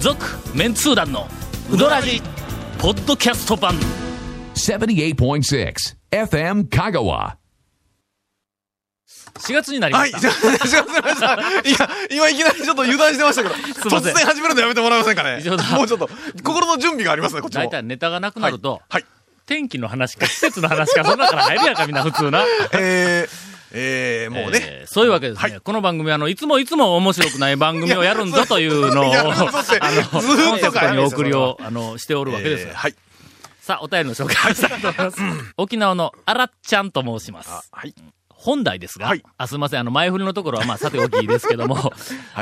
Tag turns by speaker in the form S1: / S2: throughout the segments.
S1: 続メンツー団のウドラジポッドキャスト版
S2: 78.6 FM Kagawa.
S1: 4月になりま
S3: はい、
S1: し
S3: じ
S1: た、
S3: ゃあ、失礼しました。いや、今いきなりちょっと油断してましたけど、
S1: いま
S3: 突
S1: せん
S3: 然始めるのやめてもらえません かね
S1: 以上だ。
S3: もうちょっと、心の準備がありますね、こっちも。
S1: 大体ネタがなくなると、
S3: はい。
S1: 天気の話か季節の話かその中から入るやんかみんな普通な
S3: えー、えー、もうね。
S1: えーそういうわけですね。
S3: はい
S1: この番組は、あの、いつもいつも面白くない番組をやるんぞというのを、
S3: いやそうそう
S1: あの、
S3: ずーっと
S1: コンセプトにお送りを、あの、しておるわけです。
S3: えーはい。
S1: さあ、お便りの紹介をしたいと思います。 沖縄のあらっちゃんと申しま
S3: あ
S1: す。
S3: はい。
S1: 本題ですが、
S3: はい
S1: あすいません、あの、前振りのところは、まあ、さておきですけども、
S3: い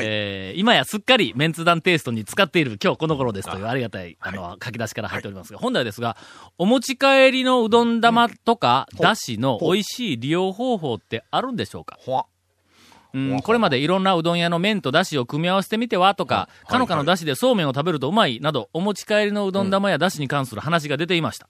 S1: えー今やすっかりメンツ団テイストに使っている、今日この頃ですというありがたい、あの、書き出しから入っておりますが、本題ですが、お持ち帰りのうどん玉とか、だしの美味しい利用方法ってあるんでしょうか
S3: ほわ。
S1: うん、これまでいろんなうどん屋の麺と出汁を組み合わせてみてはとか、かのかの出汁でそうめんを食べるとうまいなど、お持ち帰りのうどん玉や出汁に関する話が出ていました。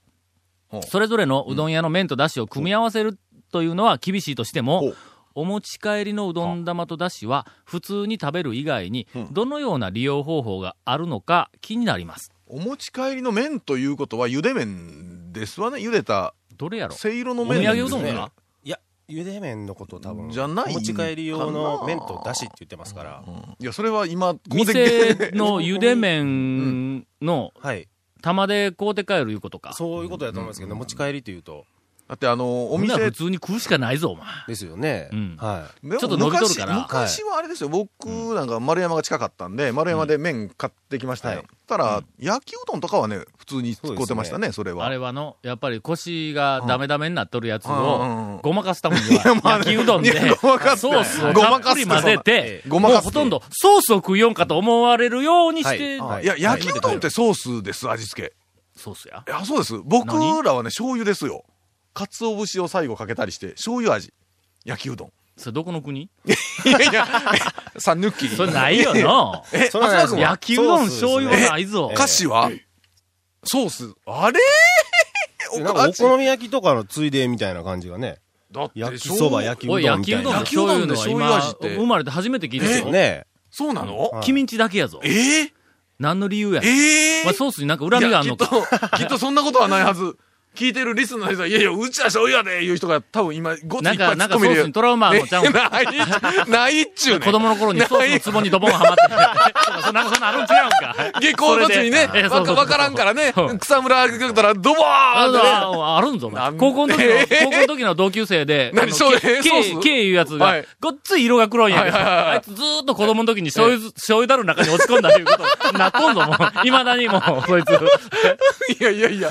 S3: ほう
S1: それぞれのうどん屋の麺と出汁を組み合わせるというのは厳しいとして
S3: ほ
S1: も
S3: う、
S1: お持ち帰りのうどん玉と出汁は普通に食べる以外に、どのような利用方法があるのか気になります。
S3: お持ち帰りの麺ということは、茹で麺ですわね。茹でた、
S1: どれやろ
S3: せいろ
S1: お
S3: の
S1: 土
S3: 麺
S1: 産
S3: で
S1: う
S3: す
S1: どん
S3: ね。
S1: か
S4: いや、ゆで麺のこと多分。
S3: じゃない
S4: お持ち帰り用の麺と出汁って言ってますから。
S3: いや、それは今、
S1: 店のゆで麺の
S4: はい。
S1: 玉で買うて帰るいうこと か。
S4: そういうことだと思うんですけど、持ち帰りというと、
S3: だってあの、お
S1: お店
S3: 店
S1: 普通に食うしかないぞ、お前。
S4: ですよね。
S1: うん
S4: はい。
S3: でも
S1: ちょっと伸びとるから
S3: 昔昔はあれですよ、僕なんか丸山が近かったんで、丸山で麺買ってきましたよ。
S4: はい
S3: たら、焼きうどんとかはね、普通に使ってましたね、それは。
S1: あれはの、やっぱり腰がダメダメになっとるやつ
S3: うんうんうんう
S1: を
S3: ん、
S1: ごまかすためには、焼きうどんで、
S3: いやごまかす
S1: ソースを
S3: ご
S1: たっ
S3: ま
S1: ぷ
S3: かす
S1: り混ぜて、
S3: ご
S1: も
S3: ま
S1: う
S3: かす
S1: ほとんどソースを食いよんかと思われるようにして、
S4: はい
S3: や、焼きうどんってソースです、味付け。
S1: ソースや。
S3: いや、そうです。僕らはね、醤油ですよ。鰹節を最後かけたりして、醤油味。焼きうどん。
S1: それどこの国
S3: いやいや、さ、抜き。
S1: それないよ な。
S3: え、
S4: それはないで
S3: 松
S4: す
S3: 永
S4: ね
S1: 焼きうどん
S4: ソースですね
S1: 醤油はないぞ
S3: 君。歌詞は、ソース、あれ
S4: で
S3: お
S4: なんかお
S3: 味
S4: 好み焼きとかのついでみたいな感じがね。
S3: だって
S4: 焼きそ
S3: 醤
S4: ば、
S3: 油
S4: 焼き
S1: お
S4: う
S1: い、
S4: どん
S1: 焼
S4: み
S1: き
S4: た
S1: う
S4: い
S1: どん
S4: な。
S1: で醤油のは
S3: 醤油味
S1: 今
S3: っ、て
S1: 生まれて初めて聞いた
S4: です
S1: よ
S4: よ。ね。
S3: そうなの
S4: はい
S1: 君んちだけやぞ
S3: え。ー
S1: 何の理由や
S3: え。えー
S1: まあソースになんか恨みがあんのか。
S3: いやきっと、きっとそんなことはないはず。聞いてるリスナーの人は、いやいや、うちは醤油やでいう人が多分今、ごつい
S1: な
S3: っ
S1: ん
S3: ぱ
S1: か、
S3: い突
S1: な
S3: っ
S1: んか
S3: 込
S1: ソ
S3: み入れ
S1: ースにとらうまんのちゃうんか。
S3: ない、ないっちゅうね。
S1: 子供の頃にソースのツボにドボンはまっててそうか、なんかそんなあるんちゃうんか。
S3: 下校途中にね
S1: それで、
S3: わかわからんからね、草むら歩かったら、ドボ
S1: あ
S3: ーンってね。
S1: ああるんぞ、お前
S3: なんで
S1: 高校の時の、高校の時の同級生で、
S3: 何
S1: あの
S3: そうえ
S1: け
S3: ソース
S1: K、K いうやつ
S3: は
S1: が
S3: い、
S1: ごっつい色が黒いんやけど、
S3: はいはいはいはい
S1: あいつずーっと子供の時に醤油、醤油だるの中に落ち込んだということ、 なっとんぞ、もう。未だに もう、そいつ。
S3: いやいやいや。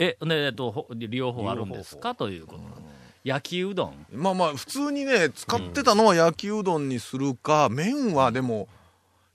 S1: え、ね、えっと、ほ利用法あるんですかということ。焼きうどん
S3: まあまあ、普通にね、使ってたのは焼きうどんにするか、麺はでも、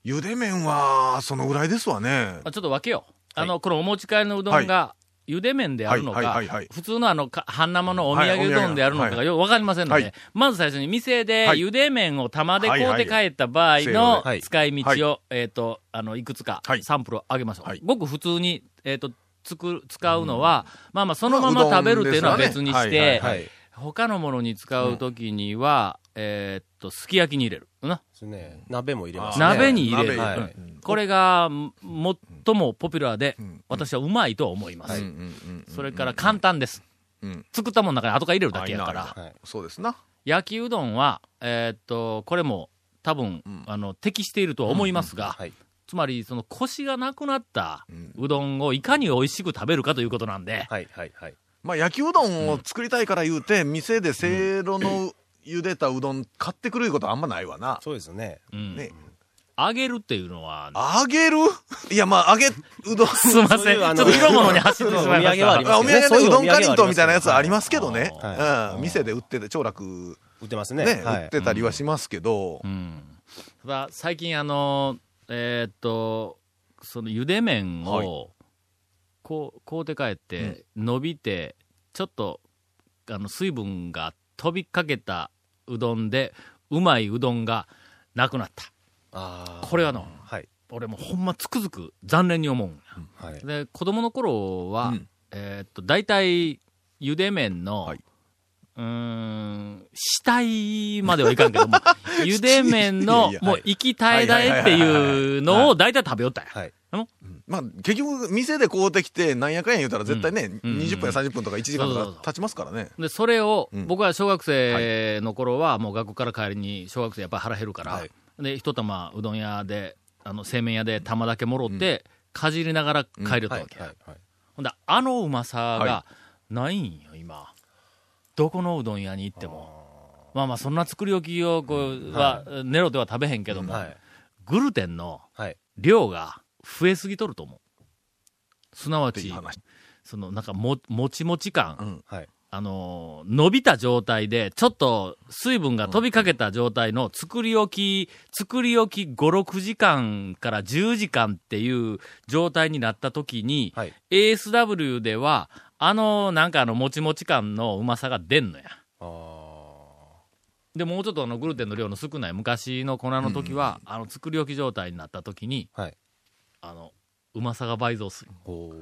S3: 茹で麺は、そのぐらいですわね。
S1: あちょっと分けよう。あの、このお持ち帰りのうどんが、茹で麺であるの
S3: はい
S1: か
S3: はいはいはい、
S1: 普通のあの、か半生のお土
S3: はい
S1: 産うどんであるのか
S3: お土産
S1: がよくわかりませんの
S3: は
S1: で
S3: い、
S1: まず最初に店で
S3: はい
S1: 茹で麺を玉で買う
S3: は
S1: て
S3: い
S1: 帰
S3: は
S1: った場合の
S4: はい
S1: 使い
S3: はい
S1: 道を、えっと、あの、いくつか
S3: はい
S1: サンプルをあげましょ。
S3: はいう
S1: ごく普通に、えっと、つく、使うのは、まあまあ、そのまま食べるっていうのは
S3: まあうど
S1: 別
S3: んで
S1: に
S3: すわ
S1: し
S3: ね
S1: て、
S4: はい。で
S1: 他のものに使うときには、えっと、すき焼きに入れる。な
S4: すね。鍋も入れますね。
S1: 鍋に入れる。
S3: 鍋
S1: う
S4: はい
S1: んこれが、ん最もポピュラーで、私はうまいと思いま
S3: うん
S1: す
S3: う。んうん
S1: それから簡単です
S3: うん。
S1: 作ったものの中に後から入れるだけやか
S3: あいい
S1: ら。
S4: はい。
S3: そうですな。
S1: 焼きうどんは、えーっと、これも多分、あの、適しているとは思いますが、
S4: はい。
S1: つまり、その、腰がなくなったうどんをいかに美味しく食べるかということなんで、
S4: はい。はい。はい。
S3: まあ、焼きうどんを作りたいから言うて、店でせいろの茹でたうどん買ってくるいうことあんまないわな。
S4: そうですね。
S1: うん
S3: ね
S1: 揚げるっていうのは、
S3: 揚げるいや、まあ、揚げ、うどん。
S1: すいません。ちょっと色物に走ってしまいま
S4: お土産はあり
S1: した。
S4: ます
S3: あお土産
S4: そう
S3: で
S4: いうう
S3: ど
S4: お
S3: ん
S4: 土産
S3: かりんと
S4: はあ
S3: う
S4: りますね
S3: みたいなやつありますけどね。
S4: は
S3: うん。店で売ってて、長楽
S4: 売ってますね。
S3: ね、
S4: は
S3: 売っ
S4: い。
S3: てたりはしますけど
S1: う。んただ、最近あの、えーっと、その茹で麺
S3: はい
S1: を、こう、こうて帰って、伸びて、ちょっと、あの、水分が飛びかけたうどんで、うまいうどんがなくなった。
S4: あー
S1: これはの、
S4: はい。
S1: 俺もほんまつくづく残念に思うんや
S4: はい。
S1: で、子供の頃は、
S3: うん
S1: えーっと、大体、茹で麺の、
S3: はいう
S1: ーん、死体まではいかんけ ども、茹で麺の
S3: いやいや、
S1: もう、生き絶え絶えっていうのを大体食べよったんや。
S4: はい。
S3: まあ、結局、店で買うてきて、なんやかんや言うたら絶対ね、
S1: うん
S3: 20分や30分とか1時間と
S1: そうそうそ
S3: か
S1: う
S3: 経ちますからね。
S1: で、それを
S3: う、ん
S1: 僕は小学生の頃は、もう学校から帰りに、小学生やっぱり腹減るから、
S3: はい
S1: で、一玉うどん屋で、あの、製麺屋で玉だけもろって、かじりながら帰れた
S4: は
S1: わ
S4: い。
S1: けや。
S4: はい。はい
S1: ほんで、あのうまさが
S3: は
S1: ないんよ、今。どこのうどん屋に行っても。まあまあ、そんな作り置きを、こう、は、ネロでは食べへんけども、
S4: はい。
S1: グルテンの
S4: はい。
S1: 量が増えすぎとると思う。すなわ
S3: ってい
S1: ち
S3: う、話。
S1: その、なんかも、もちもち感、
S3: うん
S4: はい。
S1: あのー、伸びた状態で、ちょっと水分が飛びかけた状態の作り置き、作り置き5、6時間から10時間っていう状態になった時に、
S4: はい。
S1: ASW では、あの、なんかあの、もちもち感のうまさが出んのや。
S4: あ
S1: で、もうちょっとあの、グルテンの量の少ない昔の粉の時は、あの、作り置き状態になった時に、
S4: ーはい。
S1: あの、うまさが倍増する。
S4: お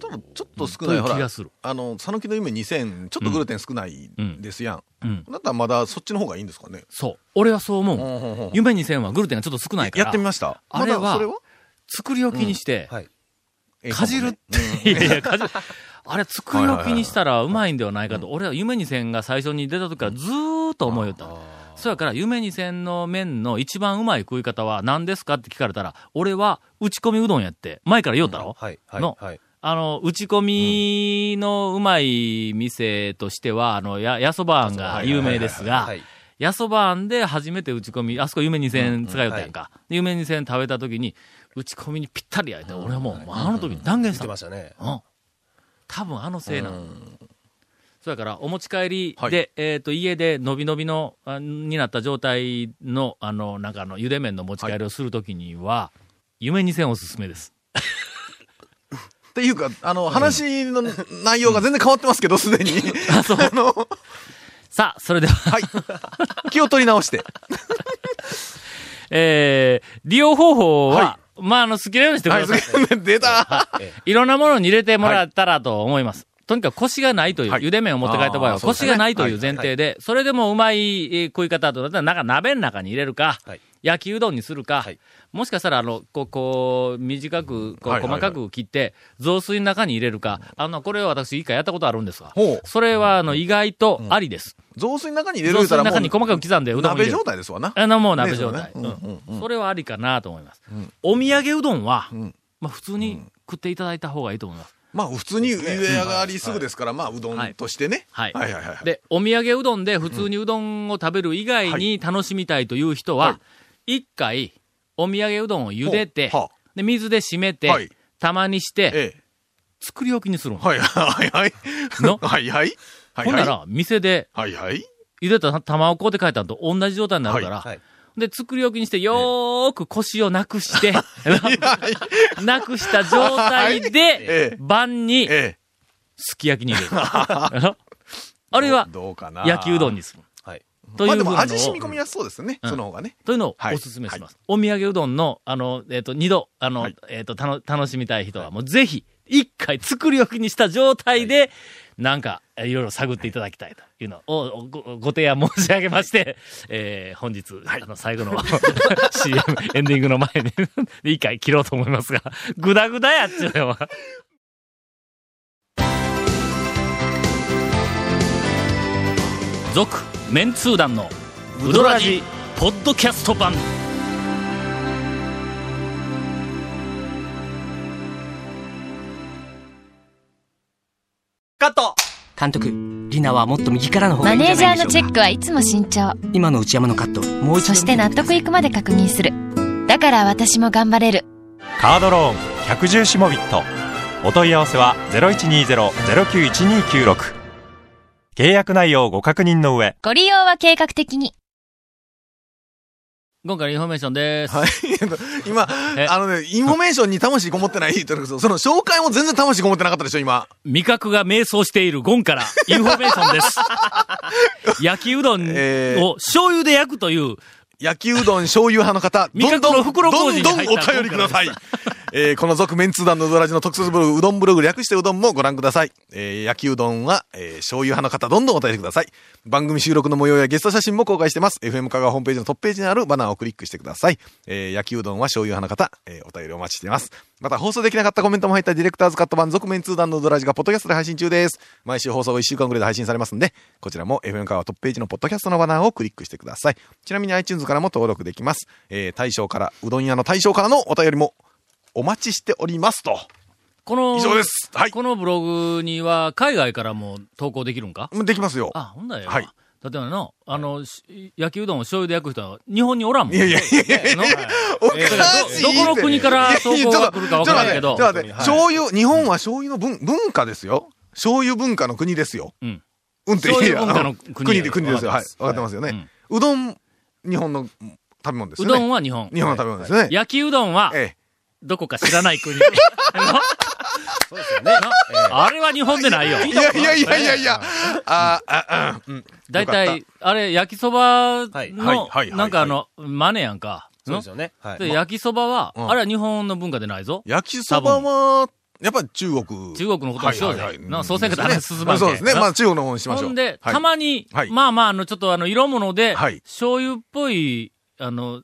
S3: 多分ちょっ
S1: うん
S3: と少ない、
S1: という
S3: ほ
S1: 気が
S3: ら
S1: する、
S3: あの、讃岐の夢2000、ちょっとグルテン少ないですやん。
S1: うん。
S3: だったらまだそっちの方がいいんですかね。
S1: そう。俺はそう思う。
S3: ほんほんほん
S1: 夢2000はグルテンがちょっと少ない
S3: や
S1: から。
S3: やってみました。
S1: あれは
S3: まだそれは
S1: 作り置きにして、
S4: はい。
S3: ええも
S1: か
S3: ね
S1: じるって、いやいや、かじる。あれ、作り置きにしたらうまいんではないかと、俺は夢2000が最初に出た時からずーっと思いよった。そうやから、夢2000の麺の一番うまい食い方は何ですかって聞かれたら、俺は打ち込みうどんやって、前から言おったろ、
S4: はい。はい。
S1: の
S4: はい。
S1: あの、打ち込みのうまい店としては、あの、や、やそばあんが有名ですが
S4: は、い。
S1: やそばあんで初めて打ち込み、あそこ夢2000使いよったやんか。で夢2000食べた時に、打ち込みにぴったり焼いて、俺はもう、あの時に断言
S4: 言
S1: し
S4: ったて
S1: の
S4: ましたね。
S1: うん。多分あのせいなの。そやから、お持ち帰りで、
S3: はい
S1: えっ、と、家で、のびのびの、あになった状態の、あの、なんかあの、ゆで麺の持ち帰りをするときには、夢2000おすすめです。
S3: っていうか、あの、話の内容が全然変わってますけど、すでに。
S1: あ、そう。
S3: の
S1: さあ、それでは、
S3: はい。気を取り直して。
S1: えー、利用方法は、まあ、あの、好きなようにしてく
S3: は
S1: だ
S3: い、
S1: さい。
S3: 出た。
S1: いろんなものに入れてもらったらと思います。とにかく腰がないという、
S3: はい
S1: 茹で麺を持って帰った場合
S3: あ
S1: は
S3: ーそうです
S1: 腰
S3: ね
S1: がないという前提で、それでもうまいえー食い方となったら、なんか鍋の中に入れるか、
S4: はい
S1: 焼きうどんにするか、
S4: はい
S1: もしかしたら、あの、こう、こう短く、こう
S3: はいはいは
S1: 細
S3: い
S1: かく切って、雑炊の中に入れるか、あの、これを私一回やったことあるんですが
S3: ほう、
S1: それは、あの、意外とありです。
S3: 雑炊の中に入れ
S1: 雑
S3: るた
S1: 炊
S3: ら
S1: の
S3: も
S1: 中に細
S3: う、
S1: かく刻んでうどんを入れ
S3: 鍋
S1: る。
S3: 状態ですわな。
S1: あの、もう鍋状態。
S3: ねそうねうん
S1: うんそれはありかなと思います。お土産うどんは、まあ普通に食っていただいた方がいいと思います。
S3: まあ、普通に茹で上がりすぐですから、まあ、うどんとしてね。
S1: はい。
S3: はいはいはい。
S1: で、お土産うどんで普通にうどんを食べる以外に楽しみたいという人は、一回、お土産うどんを茹でて
S3: ほうはあ、
S1: で、水で締めて、
S3: はい
S1: たまにして、
S3: ええ。
S1: 作り置きにするの。
S3: はいはいはい。
S1: の
S3: はいはい。はい
S1: ほんな
S3: は
S1: ら、店で
S3: い。はいはい。
S1: 茹でた玉をこうて書いたのと同じ状態になるから、
S4: はい。
S1: で、作り置きにして、よーく腰をなく して、 なくした状態
S3: え
S1: で
S3: え、
S1: 晩に、
S3: ええ。
S1: すき焼きに入れる。 あるいは、
S3: どうかな。
S1: 焼きうどんにする。
S4: はい。
S1: という
S3: まあ
S1: ふう
S3: で
S1: なのを
S3: も味染み込みやすそうですね。
S1: うん
S3: その方がね。
S1: というのを
S3: はい
S1: おすすめします。お土産うどんの、あの、えっ、と、二度、あの、
S3: はい
S1: えっ、とたの、楽しみたい人は、もうぜひ、一回作り置きにした状態で、なんか、えいろいろ探っていただきたいというのをごごご提案申し上げまして、えー本日、あの、最後の CM、エンディングの前に、一回切ろうと思いますが、ぐだぐだやっちゅうのは。続、メンツー団の、ウドラジポッドキャスト版
S5: カット
S6: 監督、リナはもっと右からの方が
S7: マ
S6: いいんじ
S7: ネー
S6: ゃ
S7: ジャーのチ
S6: ないでしょ
S7: ェ
S6: う
S7: ッ
S6: か。
S7: クはいつも慎重
S6: 今の内山のカット、もう一度
S7: そして納得いくまで確認するだから私も頑張れる
S8: カードローン110シモビットお問い合わせは0120-091296契約内容をご確認の上
S7: ご利用は計画的に
S1: 今回のインフォメーションです。
S3: はい。 今、
S1: え
S3: あのね、インフォメーションに魂こもってない言ってるけど、その紹介も全然魂こもってなかったでしょ、今。
S1: 味覚が迷走しているゴン から、インフォメーションです。焼きうどん
S3: えー
S1: を醤油で焼くという、
S3: 焼きうどん醤油派の方、
S1: 味覚
S3: どんどん、
S1: の袋小
S3: ど
S1: 路
S3: ん
S1: に
S3: どんお
S1: 入
S3: 便
S1: った
S3: りください。えーこの続メンツー団のうどらじの特設ブログ、うどんブログ略してうどんもご覧ください。えー焼きうどんは、えー醤油派の方、どんどんお便りください。番組収録の模様やゲスト写真も公開してます。FM 香川ホームページのトップページにあるバナーをクリックしてください。えー焼きうどんは醤油派の方、えーお便りお待ちしています。また放送できなかったコメントも入ったディレクターズカット版続メンツー団のうどらじがポッドキャストで配信中です。毎週放送後1週間くらいで配信されますんで、こちらも FM 香川トップページのポッドキャストのバナーをクリックしてください。ちなみに iTunes からも登録できます。えー大将から、うどん屋の大将からのお便りもお待ちしておりますと。
S1: この、
S3: 以上ですはい
S1: このブログには海外からも投稿できるんか
S3: できますよ。
S1: あ、ほんだよ。
S3: はい
S1: 例えばの、あの、し焼きうどんを醤油で焼く人は日本におらんもん。
S3: いやいやいやいや
S1: の
S3: おかしい
S1: ど
S3: って。
S1: どこの国から投稿が来るかわからんけど
S3: ちょっと待ってちょっと待って醤油、日本は醤油の文文化ですよ。醤油文化の国ですよ。
S1: うん。
S3: うんって言えや
S1: 醤油文化の
S3: あ
S1: 国
S3: 国
S1: や
S3: で、国ですよ。
S1: わか
S3: は
S1: っ
S3: い
S1: て。
S3: わかってますよね。うどん、日本の食べ物です
S1: う
S3: よね。
S1: どんは日本。
S3: 日本の食べ物ですよね。
S1: 焼きうどんは、
S3: ええ。
S1: どこか知らない国。そうですよね。あれは日本でないよ。
S3: いやいやいやいやいや。あーあ、うん。
S1: だいた
S3: よかっ
S1: い、あれ、焼きそば
S4: はい
S1: の
S3: はいはい、
S1: なんかあの、マネやんか。
S4: そうですよね。は
S1: の
S4: い。
S1: で焼きそばは、
S3: うん
S1: あれは日本の文化でないぞ。
S3: 焼きそばは、やっぱり中国。
S1: 中国のことにしようぜ
S3: はいはいはい
S1: なそうせんかったら話進まんけ
S3: そうですね。
S1: な
S3: まあ中国の方にしましょう。
S1: ほんで、
S3: はい
S1: たまに、
S3: はい
S1: まあまあ、あの、ちょっとあの、色物で、
S3: はい
S1: 醤油っぽい、あの、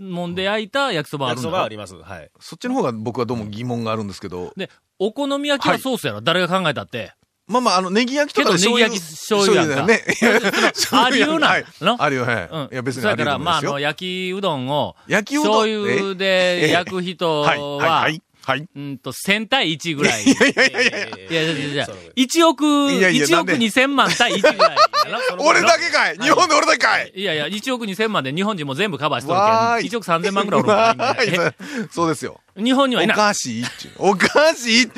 S1: もんで焼いた焼きそばあ
S4: 焼
S1: るんだ
S4: きそ
S1: ろ
S4: ばはあります。はい。
S3: そっちの方が僕はどうも疑問があるんですけど。
S1: で、お好み焼きはソースやろ、誰が考えたって。
S3: まあまあ、あの、ネギ焼きと
S1: け
S3: か
S1: ど、
S3: で
S1: ネギ焼き醤油やんか。
S3: 醤 油だよね。
S1: ありうな、
S3: はい
S1: の
S3: ありうね。
S1: うん。
S3: いや、別に
S1: そ
S3: あ
S1: や
S3: り
S1: から、
S3: うな
S1: まあ、
S3: も
S1: あ
S3: んです
S1: の、
S3: よ。
S1: 焼きうどんを、
S3: 焼きうど
S1: 醤
S3: ん
S1: 油で焼く人
S3: はい、は
S1: は、
S3: い、はい。
S1: うんと、1000対1ぐらい。い
S4: いやいや
S1: やいやいや
S4: そう
S1: 1億、
S3: いやいや
S1: 1億
S3: なんで
S1: 2000万対1ぐ らいやろ。
S3: 俺だけかい日本で俺だけかい
S1: いやいや、1億2000万で日本人も全部カバーしと
S3: わー
S1: る
S3: い
S1: けん、1億3000万ぐらいおる から
S3: わーい
S1: 今や
S3: そうそうですよ。
S1: え日本には
S3: お
S1: いない。
S3: かしいっちゅう。おかしい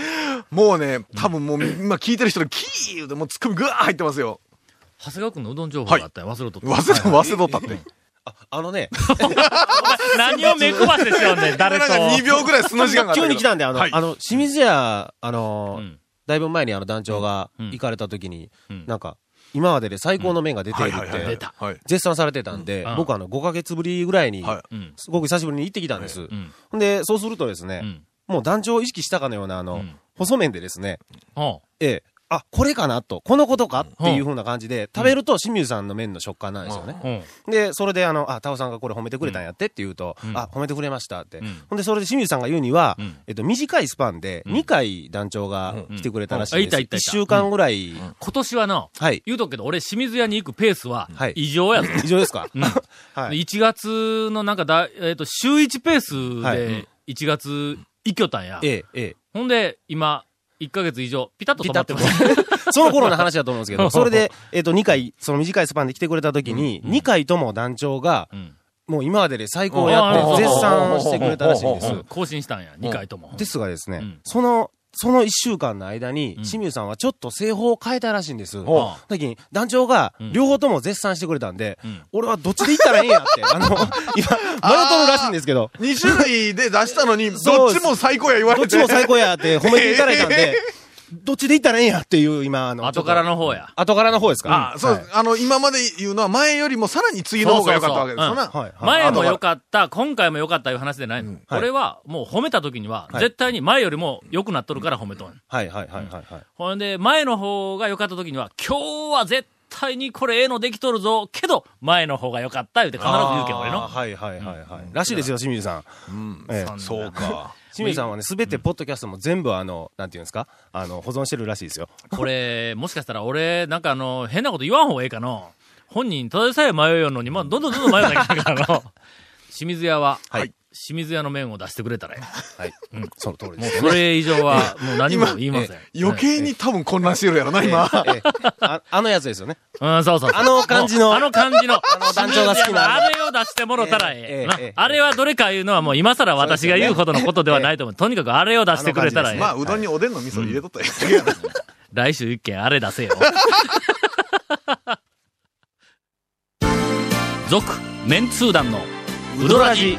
S3: もうね、多分もう今聞いてる人のキーでもうツッコミぐわー入ってますよ。
S1: 長谷川君のうどん情報があったよ。忘れとった。
S3: 忘れた、忘れとったって。
S4: ああ のね、
S1: 何を目くばせしよん ねん、誰と。
S3: 2秒ぐらい素の時間があったけど
S4: 急に来たんで、あの、
S3: はい
S4: あの、清水屋、あ
S1: う
S4: の
S1: ん、
S4: だいぶ前にあの団長が
S1: うん
S4: 行かれた時に
S1: ん、
S4: なんか、今までで最高の麺が出ている
S3: はいはいは
S4: っ
S3: い
S1: 出
S4: て、
S1: た。
S3: はい。
S4: 絶賛されてたんで
S1: うん、
S4: 僕あの、5ヶ月ぶりぐらいに、
S3: は
S1: うん。
S4: すごく久しぶりに行ってきたんです
S1: う。ん。
S4: ほんで、そうするとです
S1: う
S4: ね、
S1: ん。
S4: もう団長を意識したかのような、あ
S1: う
S4: の
S1: ん、
S4: 細麺でですね、
S1: ほう
S4: ええ、あ、これかなと、このことかっていうふうな感じで、食べると清水さんの麺の食感なんですよね。
S1: ほう
S4: で、それで、あの、あ、タオさんがこれ褒めてくれたんやってって言うと、
S1: うん
S4: あ、褒めてくれましたって。
S1: うん
S4: ほんで、それで清水さんが言うには、
S1: うん
S4: えっと、短いスパンで、2回団長が来てくれたらしいです。
S1: うんうんあいたいたいた
S4: 1週間ぐらい、
S1: 今年はの、
S4: はい。
S1: 言うとくけど、俺、清水屋に行くペースは
S4: はい、
S1: 異常やぞ。
S4: 以上ですか、
S1: うん
S4: はい。
S1: 1月のなんかだ、えっと、週1ペー
S4: は
S1: ス
S4: い
S1: で、1月、行きょたんや
S4: え。え、ええ。
S1: ほんで、今、1ヶ月以上、ピタッと止まってます。
S4: その頃の話だと思うんです けど、それで、えっと、2回、その短いスパンで来てくれた時に、2回とも団長が、
S1: うん
S4: もう今までで最高や
S1: うん
S4: って、絶賛してくれたらしいんで
S1: う
S4: す
S1: ん。更新したんや、2回とも。
S4: ですがですね、
S1: うん
S4: その、その一週間の間に、
S1: うん
S4: 清水さんはちょっと製法を変えたらしいんです。
S1: ほう
S4: 時に、団長が
S1: うん、
S4: 両方とも絶賛してくれたんで、
S1: うん
S4: 俺はどっちで行ったらいいんや って、あの、今、迷っとるらしいんですけど、
S3: 2種類で出したのに、
S4: そ
S3: ど
S4: う
S3: っ
S4: です
S3: ちも最高や言われ。
S4: どってちも最高やって褒めていただいたんで、どっちで行ったらいいんやっていう、今、あの、
S1: 後から
S4: の。
S1: の方や。
S4: 後からの方ですか
S3: あ、そう、
S4: はい
S3: あの、今まで言うのは前よりもさらに次の方が良かったわけですよ
S1: そう
S3: な。
S1: そ
S4: はい。はい
S1: 前も良かった、今回も良かったいう話でないの。
S4: はい
S1: 俺はもう褒めた時には、
S4: はい
S1: 絶対に前よりも良くなっとるから褒めとん。
S4: はいはいはいはいはい。
S1: ほんで、前の方が良かった時には、今日は絶対にこれええのできとるぞ、けど、前の方が良かった言うて必ず言うけん、俺
S4: あー
S1: の。
S4: はいはいはいはい。らしいですよ、清水さん。ええ
S3: そう か。
S4: 清水さんはね、すべてポッドキャストも全部あの、なんていうんですかあの、保存してるらしいですよ。
S1: これ、もしかしたら俺、なんかあの、変なこと言わん方がええかの。本人、ただでさえ迷うよんのに、まあ、どんどんどんどん迷うなきゃいけんから の。清水屋は、
S4: はい
S1: 清水屋の麺を出してくれたらええ。
S4: はい。その通りで
S1: もう
S4: す。
S1: それ以上は、もう何も言いません。
S3: 余計に多分混乱してるやろな、今。
S4: ええああのやつですよね。
S1: うん、そうそうそう
S4: あの感じの
S1: もうあの感じの。あ
S4: の団長が好きな
S1: あれを出してもろたらえ
S4: え
S1: え
S4: え
S1: な
S4: ええ
S1: あれはどれかいうのはもう今更私が言うほどのことではないと思う。とにかくあれを出してくれたらええ。
S3: まあ、うどんにおでんの味噌入れとったらええだけやな
S1: 来週一件あれ出 せよ。続、メンツー団の、ウドラジ